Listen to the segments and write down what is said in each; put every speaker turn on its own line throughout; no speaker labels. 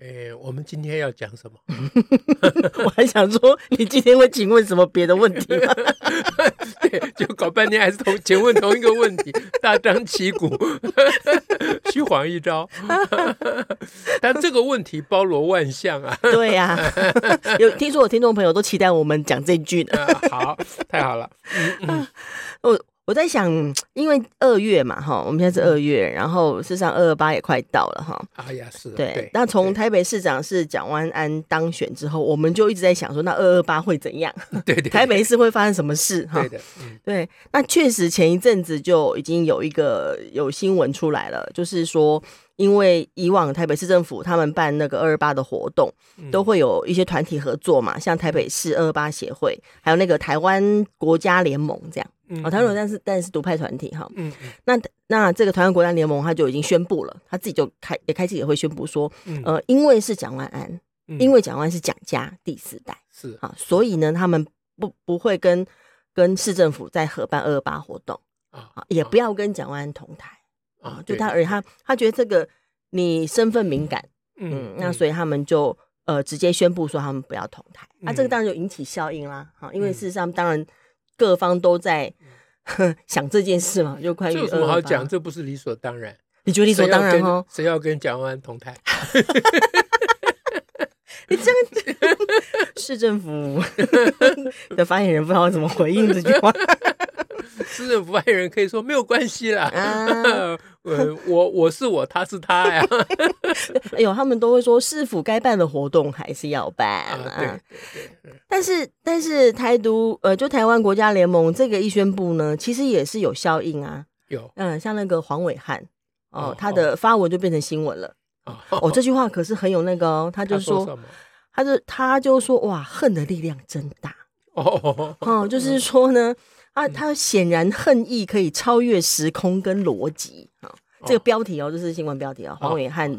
呃，我们今天要讲什么？
我还想说，你今天会请问什么别的问题 吗？
对，就搞半天还是同，请问同一个问题，大张旗鼓， 虚晃一招。但这个问题包罗万象啊。
对 呀、有听说有听众朋友都期待我们讲这句呢。
啊好，太好了。
我在想，因为二月嘛，哈，我们现在是二月，然后事实上二二八也快到了哈。
哎呀，是啊
对，那从台北市长是蒋万安当选之后，我们就一直在想说，那二二八会怎 样？
对对对
台北市会发生什么事？哈
对，的，嗯
对，那确实前一阵子就已经有一个有新闻出来了，就是说，因为以往台北市政府他们办那个二二八的活动，
嗯
都会有一些团体合作嘛，像台北市二二八协会，还有那个台湾国家联盟这样。
嗯
哦，台湾国家是但是独派团体哈，
嗯
那那这个台湾国家联盟他就已经宣布了，他自己就开也开记者会宣布说，
嗯
呃，因为是蒋万安，
嗯
因为蒋万安是蒋家第四代。
是
啊，所以呢，他们不不会跟跟市政府再合办二八活动
啊
啊，也不要跟蒋万安同台
啊，
对
对
他而言，他他觉得这个你身份敏感，嗯，那所
以
以他们就呃直接宣布说他们不要同台，那、这个
嗯
当然就引起效应啦，哈、因为
嗯
事实上当然各方都在。 呵想这件事嘛，就关
这
于
有什么好
228
讲？？这不是理所当然，
你觉呃得理所
谁要
当然
跟
哦？
谁要跟蒋万安同 台？
你这样，市政府 的发言人不知道怎么回应这句话。
市政府发言人可以说没有关系啦。
啊
呃，我我是我，他是他呀。
哎呦，他们都会说市府该办的活动还是要办
啊，对
嗯
对对，
但是但是台独呃，就台湾国家联盟这个一宣布呢，其实也是有效应啊。
有
嗯，像那个黄伟汉哦，
哦
他的发文就变成新闻了。
啊。
哦，这句话可是很有那个哦，他就
他
说，
什么？
他就他就说，哇，恨的力量真大
哦，
哦，就是说呢。啊，他显然恨意可以超越时空跟逻辑啊、哦这个标题哦，这是新闻标题哦，黄伟汉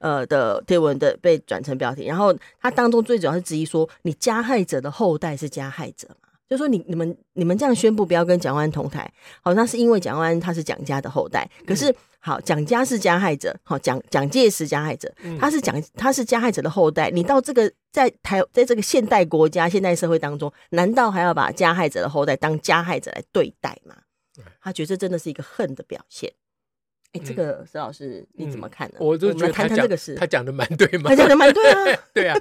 呃的贴文的被转成标题，然后他当中最主要是质疑说，你加害者的后代是加害者嘛？就说你你们你们这样宣布不要跟蒋万安同台，好，那是因为蒋万安他是蒋家的后代，可是好，蒋家是加害者，好，蒋蒋介石加害者，
嗯
他是蒋他是加害者的后代，你到这个在台在这个现代国家现代社会当中，难道还要把加害者的后代当加害者来对待吗？他觉得这真的是一个恨的表现。哎，这
嗯
个石老师你怎么看呢？
我就
们
觉
来
得他
谈谈
讲
这个事，
他讲的蛮对嘛
他。讲的蛮对啊。
对啊，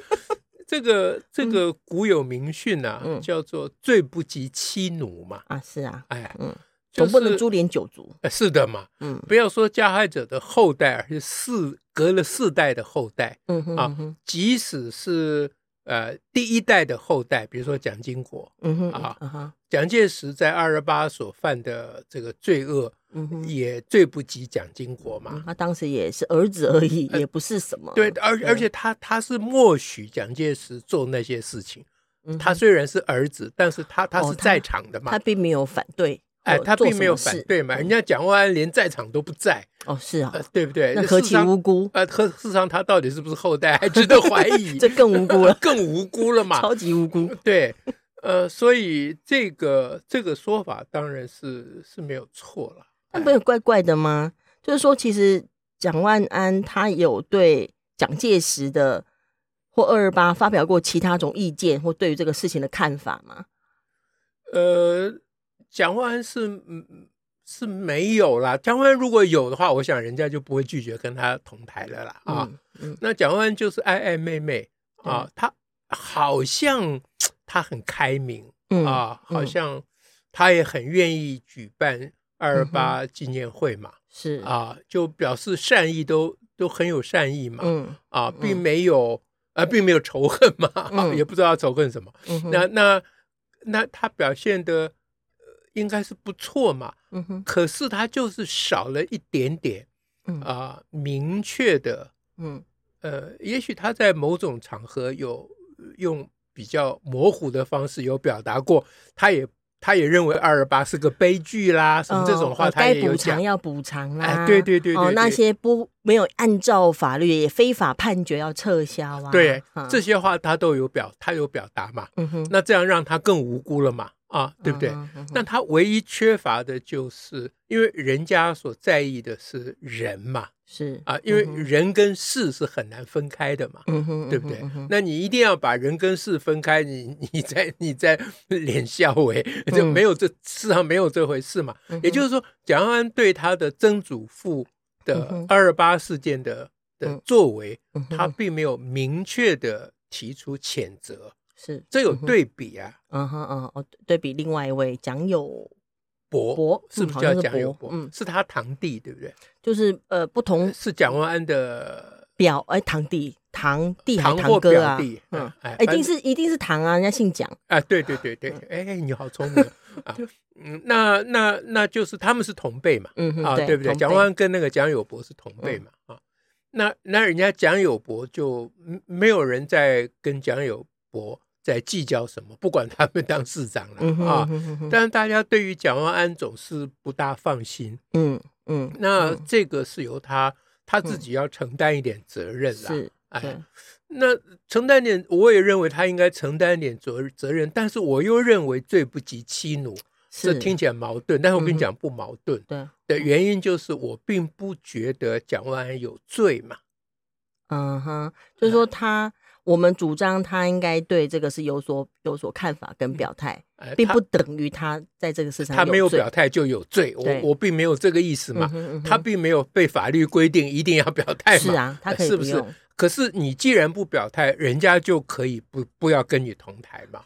这 个这个古有名训啊，
嗯
叫做“罪不及妻奴”嘛。
啊，是啊，
哎，
嗯，
就
总不能
是
株连九族。
呃是的嘛，
嗯
不要说加害者的后代，而是四隔了四代的后代，
嗯哼
啊
嗯哼
即使是呃第一代的后代，比如说蒋经国、
嗯哼
啊
嗯哼
蒋介石在二二八所犯的这个罪恶，
嗯哼
也罪不及蒋经国嘛。
嗯他当时也是儿子而已，也不是什么。
啊呃对，而而且他他是默许蒋介石做那些事情。
嗯哼
他虽然是儿子，但是他他
哦
是
他
在场的嘛，
他并没有反对，
哎，
或
他
做
并
什
没有
么
反
事嗯
对嘛，人家蒋万安连在场都不在，
哦，是啊
呃，，对不对？
那何
事实
其
上
无辜，
呃，何事实上他到底是不是后代，还值得怀疑，，
这更无辜了
更无辜了嘛？
超级无辜。
对，呃，所以这个这个说法当然是是没有错了。
那不是怪怪的吗？就是说，其实蒋万安他有对蒋介石的或二二八发表过其他种意见，或对于这个事情的看法吗？
呃，蒋万安是嗯是没有啦，蒋万安如果有的话，我想人家就不会拒绝跟他同台了啦啊。
嗯嗯
那蒋万安就是爱爱妹妹啊，他好像他很开明
嗯
啊，好
嗯
像他也很愿意举办二二八纪念会嘛
是，
啊，就表示善意都都很有善意嘛
嗯
啊，并
嗯
没有呃并没有仇恨嘛，
嗯
也不知道仇恨什么。
嗯哼
那那那他表现的呃应该是不错嘛，
嗯哼
可是他就是少了一点点啊
嗯
啊、明确的
嗯
呃，也许他在某种场合有用比较模糊的方式有表达过，他也他也认为二二八是个悲剧啦，什么这种话
哦
他
该
也有
补
讲
偿。要补偿啦，
哎对对对对
哦，那
对
些不没有按照法律也非法判决要撤销啊，
对
啊，
这些话他都有表，他有表达嘛，
嗯哼，
那这样让他更无辜了嘛，啊，对不对？
嗯哼？嗯哼
那他唯一缺乏的就是，因为人家所在意的是人嘛，
是
啊，因为
嗯哼
人跟事是很难分开的嘛，
嗯哼，
对不对
嗯哼？
那你一定要把人跟事分开，你你在你在 脸笑尾，就
嗯
没有这世上没有这回事嘛。
嗯哼
也就是说，蒋万安对他的曾祖父
嗯
的
哼
二二八事件的的
嗯
作为，
嗯哼
他并没有明确的提出谴责，
是
这有
嗯哼
对比啊。
嗯哼嗯哦，对比另外一位蒋友，
博
博
是
嗯
不是
好
叫
像是
蒋友
博
柏？
嗯
是他堂弟，对不对？
就是呃不同
是蒋万安的
表哎堂弟堂弟还
堂
是
或
堂哥
表
啊
弟，，
嗯
嗯，，哎
一
反
定是一定是堂啊，人家姓蒋，
啊，对对对对，
嗯
哎，你好 聪明啊！嗯，那那那就是他们是同辈嘛，
嗯哼，
啊，对不对？
同
蒋
辈嗯
万安跟那个蒋友柏是同辈嘛，啊，那那人家蒋友柏就嗯没有人在跟蒋友柏在计较什么，不管他们当市长
嗯
了
哼
啊
嗯。哼嗯哼
但是大家对于蒋万安总是不大放心，
嗯嗯
那这个是由他他自己要承担一点责任啦。
是对
哎，那承担点，我也认为他应该承担点责责任，但是我又认为罪不及妻奴，这
是嗯
听起来矛盾，但是我跟你讲不矛盾
对
的原因就是我并不觉得蒋万安有罪嘛，
嗯
哎
哼，就是说他。我们主张他应该对这个是有所有所看法跟表态，
哎
并
他
不等于他在这个市场
他没有
罪
表态就有罪，
对
我我并没有这个意思嘛
嗯，哼嗯哼
他并没有被法律规定一定要表态嘛，哎
是啊，他可以
是
不
不是
用。？
可是你既然不表态，人家就可以不不要跟你同台嘛。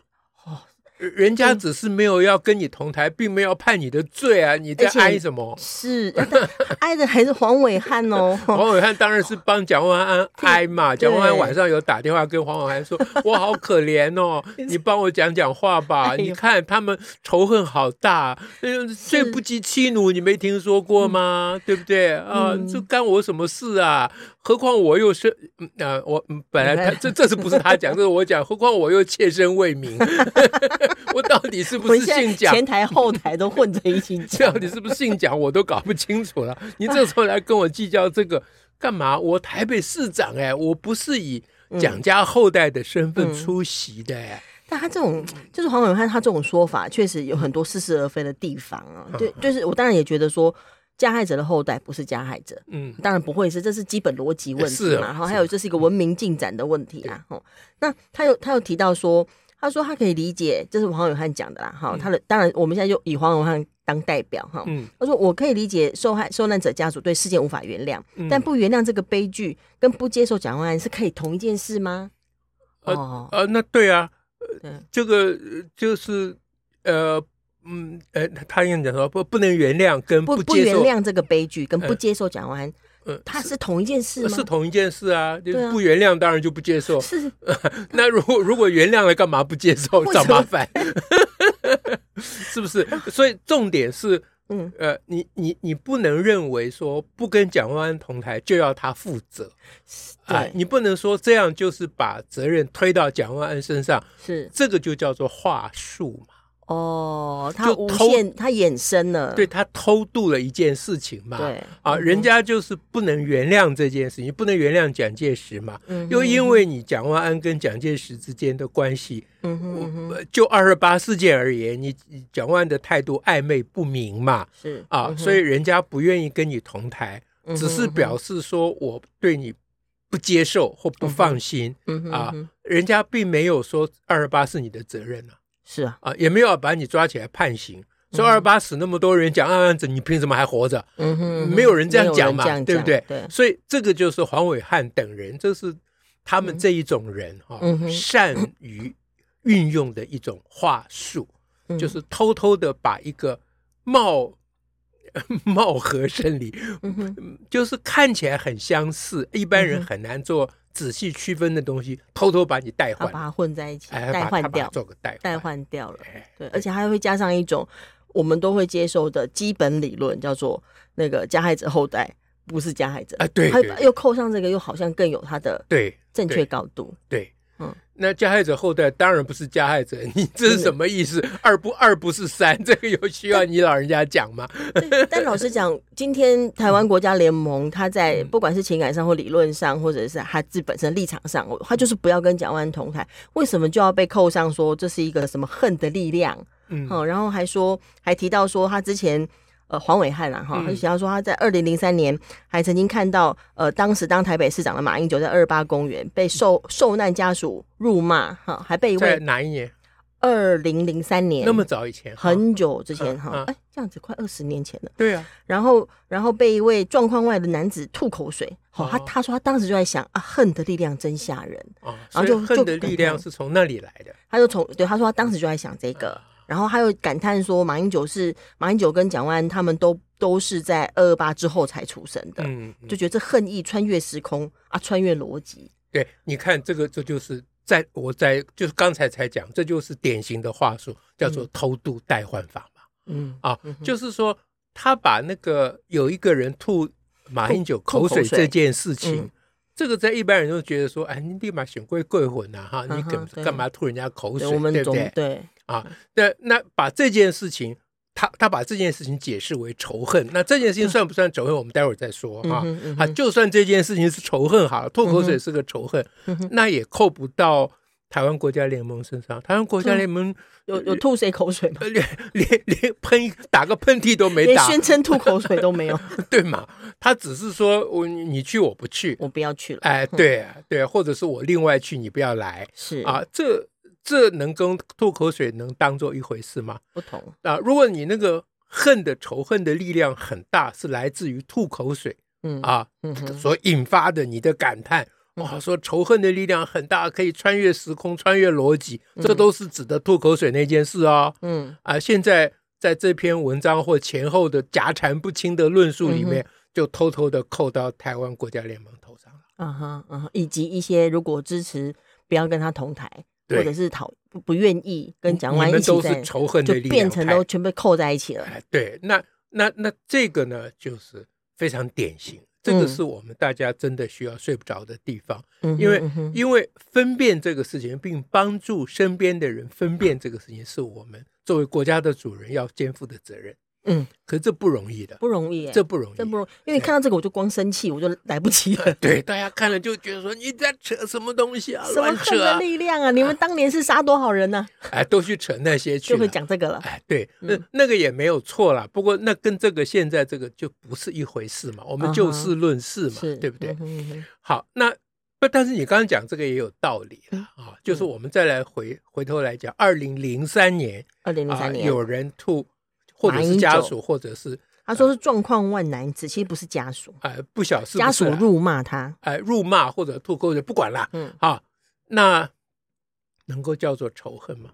哦
人人家只是没有要跟你同台，并没有判你的罪啊！你在
而且
挨什么？
是，哎但挨的还是黄伟汉哦。
黄伟汉当然是帮蒋万安挨嘛。
对
蒋万安晚上有打电话跟黄 伟汉说：“我好可怜哦，你帮我讲讲话吧。
哎呦
你看他们仇恨好大，呃罪不及妻奴，你没听说过
嗯
吗？对不对啊？这干我什么事啊？何况我又是……嗯呃，我嗯本来他
本来
这这是不是他讲，这是我讲。何况我又妾身未明， 我到底是
我
不
们
是
现在
姓蒋？啊
前台后台都混在一起
到
讲，
底是不是姓蒋，我都搞不清楚 了。你这时候来跟我计较这个干嘛？我台北市长哎、我不是以蒋家后代的身份出席的哎、
但他这种就是黄伟汉他这种说法，确实有很多似是而非的地方啊。对， 就是我当然也觉得说，加害者的后代不是加害者，
嗯，
当然不会是，这是基本逻辑问题
是
嘛。
啊
然后
是
还有这是一个文明进展的问题啦。吼，那他有他有提到说，他说他可以理解，这是黄伟汉讲的啦。哈，他的当然我们现在就以黄伟汉当代表哈。
嗯
他说我可以理解受害受难者家属对事件无法原谅，
嗯
但不原谅这个悲剧跟不接受蒋万安是可以同一件事吗？哦，
呃，那对啊，
对，
这个呃就是呃嗯呃，他应该讲说不不能原谅跟
不不
接
原
受
谅这个悲剧跟不
嗯
接受蒋万安，
嗯
它是同一件事吗
呃是？同一件事啊，就
对
是
啊
不原谅当然就不接受。
是
那如果如果原谅了，干嘛不接 受
为什么
找麻烦？是不是？所以重点是，
嗯
嗯，呃，你你你不能认为说不跟蒋万安同台就要他负责啊、
对
你不能说这样就是把责任推到蒋万安身上，
是
这个就叫做话术嘛，
哦，他
就
无
偷
限他衍生了，
对他偷渡了一件事情嘛，
对嗯
啊，人家就是不能原谅这件事情，不能原谅蒋介石嘛，
嗯
又因为你蒋万安跟蒋介石之间的关系，
嗯哼嗯哼
我呃就二十八事件而言，你你蒋万安的态度暧昧不明嘛，
是嗯
啊，所以人家不愿意跟你同台，只是表示说我对你不接受或不放心、
嗯哼
啊
嗯哼，
人家并没有说二十八是你的责任啊，
是啊，
啊，也没有把你抓起来判刑。说二八死那么多人，讲案案子，你凭什么还活着？
嗯哼，
没有人这样讲嘛，
没有人这
对
样
不对？
对，
所以这个就是黄伟汉等人，这是他们这一种人哈、
嗯哼
善于运用的一种话术，
嗯
就是偷偷的把一个 貌貌合神离，
嗯哼
就是看起来很相似，一般人
嗯哼
很难做仔细区分的东西，偷偷把你带
要
换
把，它混在一起，
哎，
代
把他
换
把它
掉，
做个代
代换掉了，
哎
对，而且还会加上一种我们都会接受的基本理论，叫做那个加害者后代不是加害者，
啊，对
他
对
又扣上这个，又好像更有他的
对
正确高度。
对，
嗯
那加害者后代当然不是加害者，你这是什么意思？二不二不是三，这个有需要你老人家讲吗？
对，但老实讲，今天台湾国家联盟，他
嗯
在不管是情感上或理论上，或者是他自己本身立场上，他就是不要跟蒋万安同台，为什么就要被扣上说这是一个什么恨的力量？
嗯，
哦，然后还说还提到说他之前。呃，黄伟汉啊，哈，
嗯
他就提到说，他在二零零三年还曾经看到，呃，当时当台北市长的马英九在二八公园被受
嗯
受难家属辱骂，哈，还被一
在
位
哪一年？
二零零三年，
那么早以前？啊
很久之前
嗯
哈，哎、
嗯
这样子快二十年前了。
对啊，
然后，然后被一位状况外的男子吐口水。好、
哦
他他说他当时就在想啊，恨的力量真吓人。
啊，
然后
所以
就
恨
就
的力
感
量
动
是从那里来的。
他就从对他说他当时就在想这个，
嗯
然后他又感叹说马英九是马英九跟蒋万安他们都都是在二二八之后才出生的，
嗯，嗯
就觉得这恨意穿越时空啊，穿越逻辑。
对，你看这个，这就是在我在就是刚才才讲，这就是典型的话术，叫做偷渡代换法嘛。
嗯
啊，
嗯哼
就是说他把那个有一个人吐马英九
吐
口水
口水
这件事情。
嗯
这个在一般人都觉得说，哎，你立马选贵贵混呐、啊、哈，你
嗯哼
干
对
干嘛吐人家口水，
对，我们
对不
总
对？啊，那那把这件事情，他他把这件事情解释为仇恨，那这件事情算不算仇恨？我们待会儿再说
嗯
啊
哼嗯。
啊，
哼
就算这件事情是仇恨好了，吐口水是个仇
嗯
恨，那也扣不到台湾国家联盟身上。台湾国家联盟
有有吐谁口水吗？
呃连连连喷打个喷嚏都 没
连
打，
宣称吐口水都没有，
对嘛？他只是说我你你去我不去，
我不要去了。
哎，对对，或者是我另外去你不要来
是啊，
啊，这这能跟吐口水能当做一回事吗？
不同。
啊，如果你那个恨的仇恨的力量很大，是来自于吐口水
嗯，
啊
嗯哼
所引发的你的感叹。哇，说仇恨的力量很大，可以穿越时空、穿越逻辑，这都是指的吐口水那件事哦。
嗯
啊，现在在这篇文章或前后的夹缠不清的论述
嗯
里面，就偷偷的扣到台湾国家联盟头上了。
啊哈啊哈，以及一些如果支持不要跟他同台，
对
或者是讨不不愿意跟蒋
你
万安一
们
起
都
在
是，仇恨
就
的力量
变成
派
都全被扣在一起了。
哎，对，那那那这个呢，就是非常典型，这个是我们大家真的需要睡不着的地方，
嗯嗯哼，
因为
嗯哼
因为分辨这个事情，并帮助身边的人分辨这个事情，是我们作为国家的主人要肩负的责任。
嗯，
可是这不容易的，
不容易耶，
这不容易，
真不容易，因为看到这个我就光生气，我就来不及了。
对，大家看了就觉得说你在扯什么东西啊，
什么
乱
恨
扯啊
的，力量啊！你们当年是杀多少人呢？
哎，都去扯那些去
就会
了。
讲嗯这个了。
哎，对，那那个也没有错啦。不过那跟这个现在这个就不是一回事嘛，我们就
嗯哼
事论事嘛，
是
对不对？
嗯哼嗯哼
好，那不，但是你刚刚讲这个也有道理了
嗯
啊，就是我们再来回回头来讲，二零零三年
二零零
啊，
三年，
有人吐，或者
马
是
英
家
九
属，或者是
他说是状况外男子，其实不是家属，
呃不晓啊是不
家
是
属
啦
辱骂他。
呃辱骂或者吐口水，不管啦
嗯，
啊，那能够叫做仇恨吗？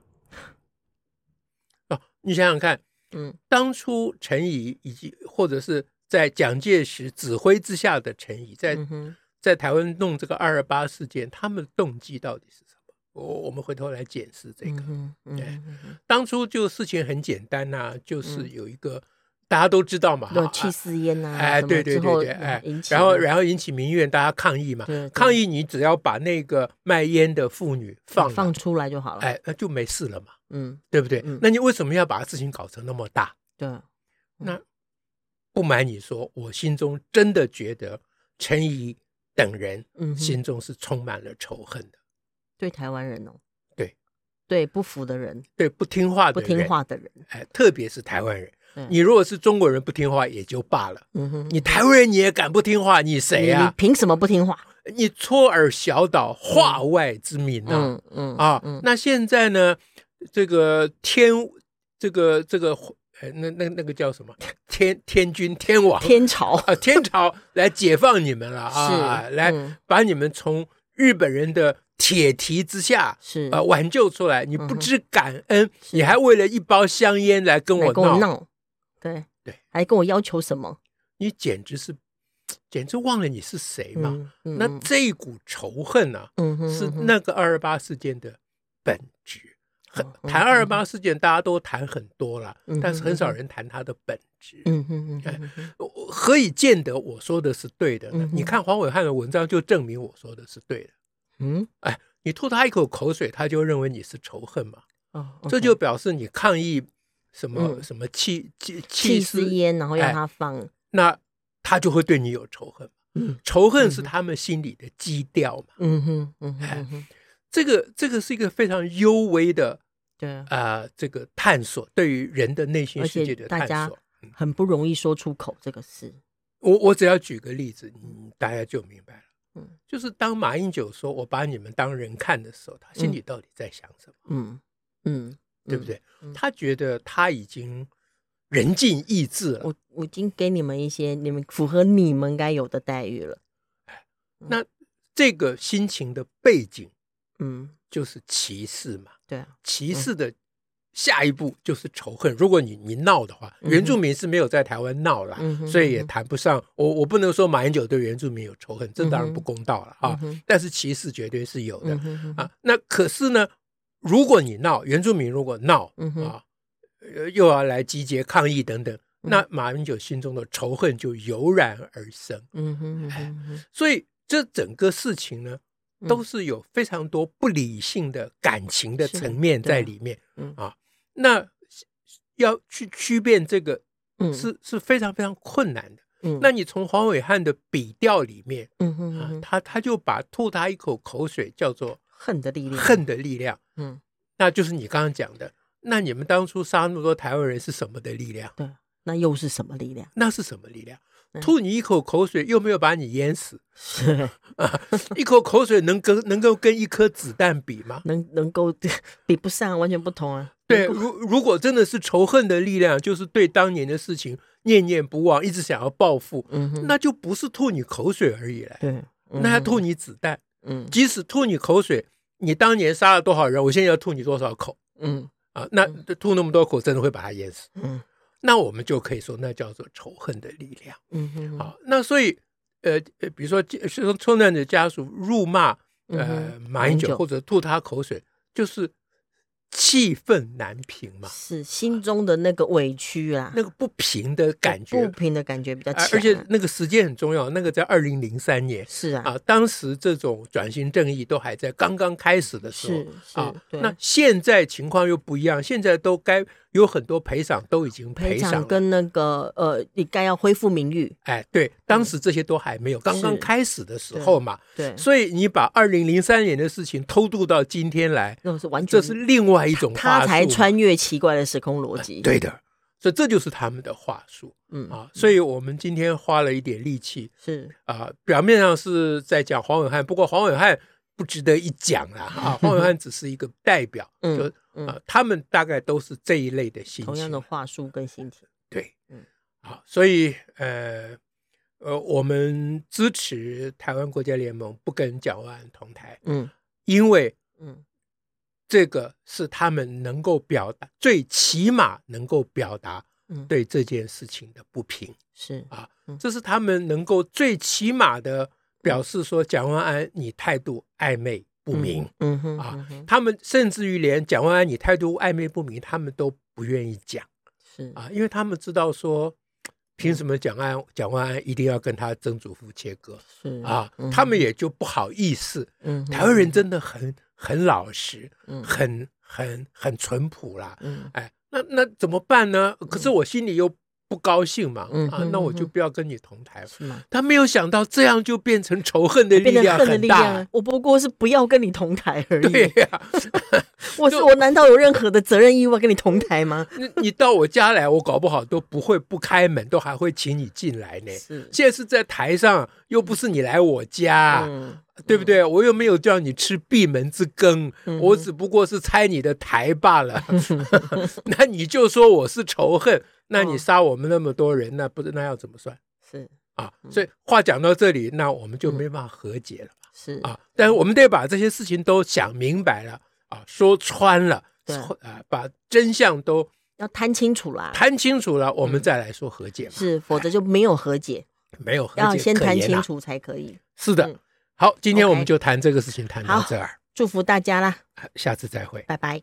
啊，你想想看，
嗯，
当初陈仪以及或者是在蒋介石指挥之下的陈仪，在
嗯哼，
在台湾弄这个二二八事件，他们的动机到底是什么？我我们回头来检视这个。
嗯哼，嗯哼嗯哼
当初就事情很简单呐、就是有一个、大家都知道嘛，
有
啊
嗯气私烟呐，
哎，
什么
对对
之
对
后
对，哎
引，起
然后
的
然后引起民怨，大家抗议嘛
对对，
抗议你只要把那个卖烟的妇女放了
嗯放出来就好了。
哎，那就没事了嘛，
嗯，
对不对
嗯？
那你为什么要把事情搞成那么大？
对，嗯
不瞒你说，我心中真的觉得陈怡等人
嗯哼，
心中是充满了仇恨的，
对台湾人哦，
对啊
对不服的人、
对不听话
不
的人，
听话的人，
哎，特别是台湾人
对。
你如果是中国人不听话也就罢了，
嗯哼，
你台湾人你也敢不听话？你谁啊
你你
呀、
凭什么不听话？
你搓耳小岛，化外之民呐、
嗯嗯
啊，
嗯
那现在呢？这个天，这个这个，呃，那那那个叫什么？天天君天王
天朝
啊，天朝来解放你们了啊，
是
来
嗯
把你们从日本人的铁蹄之下。
是
呃，挽救出来，你
嗯
不
哼
知感恩，
是
你还为了一包香烟来跟
来
我
跟我
闹，
闹，对
对，
还跟我要求什么？
你简直是，简直忘了你是谁嘛！
嗯嗯
那这一股仇恨呢、啊
嗯哼
是
嗯哼
那个二二八事件的本质。很
哦
谈二二八事件，大家都谈很多了，
嗯
但是很少人谈它的本质。
嗯嗯嗯
我何以见得我说的是对的呢
嗯？哼
你看黄伟汉的文章就证明我说的是对的。
嗯
你吐他一口口水，他就认为你是仇恨嘛？
哦，
这就表示你抗议什么
嗯
什么气气
气
气
丝
势，
烟，然后让
哎
他放，
那他就会对你有仇恨。
嗯
仇恨是他们心里的基调嘛？
嗯哼嗯哼嗯
哎
哼，
这个这个是一个非常幽微的
对啊，
啊，这个探索对于人的内心
而
世
且
界的
大
探
家
索。
很不容易说出口这个事。
我我只要举个例子，嗯，大家就明白了。
嗯
就是当马英九说“我把你们当人看”的时候，他心里到底在想什么，
嗯嗯，
对不对？
嗯
他觉得他已经人尽意志了。
我我已经给你们一些你们符合你们该有的待遇了。
那这个心情的背景
嗯，
就是歧视嘛，
对啊，
歧视的下一步就是仇恨。如果你你闹的话，
嗯哼
原住民是没有在台湾闹啦，
嗯哼
所以
嗯
也
哼
谈不上。我我不能说马英九对原住民有仇恨，这当然不公道了啊。
嗯哼
但是歧视绝对是有的。
嗯哼哼
啊。那可是呢，如果你闹，原住民如果闹、
嗯哼
啊，呃又要来集结抗议等等，
嗯
那马英九心中的仇恨就油然而生。
嗯哼嗯
哎
哼嗯
所以这整个事情呢，
嗯
都是有非常多不理性的感情的
是
层面
对啊
在里面
嗯
啊。那要去区辨这个
哼，
是是非常非常困难的。
嗯
那你从黄伟汉的笔调里面
嗯哼嗯
啊，
哼
他他就把吐他一口口水叫做
恨的力量，
恨的力量。
嗯，
那就是你刚刚讲的，那你们当初杀那么多台湾人是什么的力量？
对，那又是什么力量？
那是什么力量
嗯？
吐你一口口水，又没有把你淹死，
是
一口口水能跟能够跟一颗子弹比吗？
能能够 比不上，完全不同啊。
对， 如如果真的是仇恨的力量，就是对当年的事情念念不忘，一直想要报复，
嗯哼，
那就不是吐你口水而已了，
对，嗯
那还
哼
吐你子弹。
嗯
即使吐你口水，你当年杀了多少人，我现在要吐你多少口
嗯
啊？那吐那么多口，真的会把他淹死。
嗯
那我们就可以说，那叫做仇恨的力量。
嗯哼，
好，那所以呃，呃比如说学生受难者家属辱骂
嗯
呃
哼
马英
马英九
九或者吐他口水，就是气愤难平 嘛，
是心中的那个委屈啊，
呃那个不平的感觉
不，平的感觉比较强
啊
啊，
而且那个时间很重要，那个在二零零三年
是啊，
啊，当时这种转型正义都还在刚刚开始的时
是
候。
是
啊，，
对
那现在情况又不一样，现在都该有很多赔偿都已经
赔
赔偿
偿
了，
跟那个呃，你该要恢复名誉，
哎，对，当时这些都还没有，刚刚开始的时候嘛，
嗯对，
所以你把二零零三年的事情偷渡到今天来，
那是完全
这是另外一种话术
他
嘛啊
才穿越奇怪的时空逻辑，，
对的，所以这就是他们的话术
嗯，
啊。所以我们今天花了一点力气
是
啊、表面上是在讲黄伟汉，不过黄伟汉不值得一讲啦啊，黄伟汉只是一个代表，
嗯
就
嗯
啊、他们大概都是这一类的心
同样
情
的，话术跟心情，
对，
嗯
嗯，好，所以呃。呃，我们支持台湾国家联盟不跟蒋万安同台，
嗯
因为
嗯
这个是他们能够表达，最起码能够表达
嗯，，
对这件事情的不平，
是
啊
嗯
这是他们能够最起码的表示说蒋万安你态度暧昧不明。，
嗯哼
啊
嗯哼，
他们甚至于连蒋万安你态度暧昧不明，他们都不愿意讲
是
啊，因为他们知道说，凭什么蒋安蒋万安一定要跟他曾祖父切割
是
啊？他们也就不好意思。
嗯哼
台湾人真的很很老实，
嗯
很很很淳朴啦。
嗯
哎，那那怎么办呢？可是我心里又不高兴嘛，
嗯
啊
哼，
那我
嗯
就
哼
不要跟你同台。
是吗？
他没有想到这样就变成仇恨的力
变成
量
恨的
很
力
大啊
量，，我不过是不要跟你同台而
对
已。
呀、
我是我难道有任何的责任义务要跟你同台吗？
你你到我家来，我搞不好都不会不开门，都还会请你进来 呢。
是，
现在是啊在台上，又不是你来我家，
嗯
对不对？我又没有叫你吃闭门之羹，
嗯
我只不过是拆你的台罢 了。 那你就说我是仇恨，那
哦
你杀我们那么多人，那不是那要怎么算
是
啊？
嗯
所以话讲到这里，那我们就没办法和解了、
是
啊。但是我们得把这些事情都想明白了啊，说穿了，
对嗯
啊，把真相都
要摊清楚啦，
谈清楚了，我们再来说和解嘛。
嗯是，否则就没有和解，
没有和解
要先
可
谈
言
清
啊。
楚才可以。
是的，
嗯
好，今天我
OK
们就谈这个事情，谈到
好
这儿，
祝福大家啦，
下次再会。
拜拜。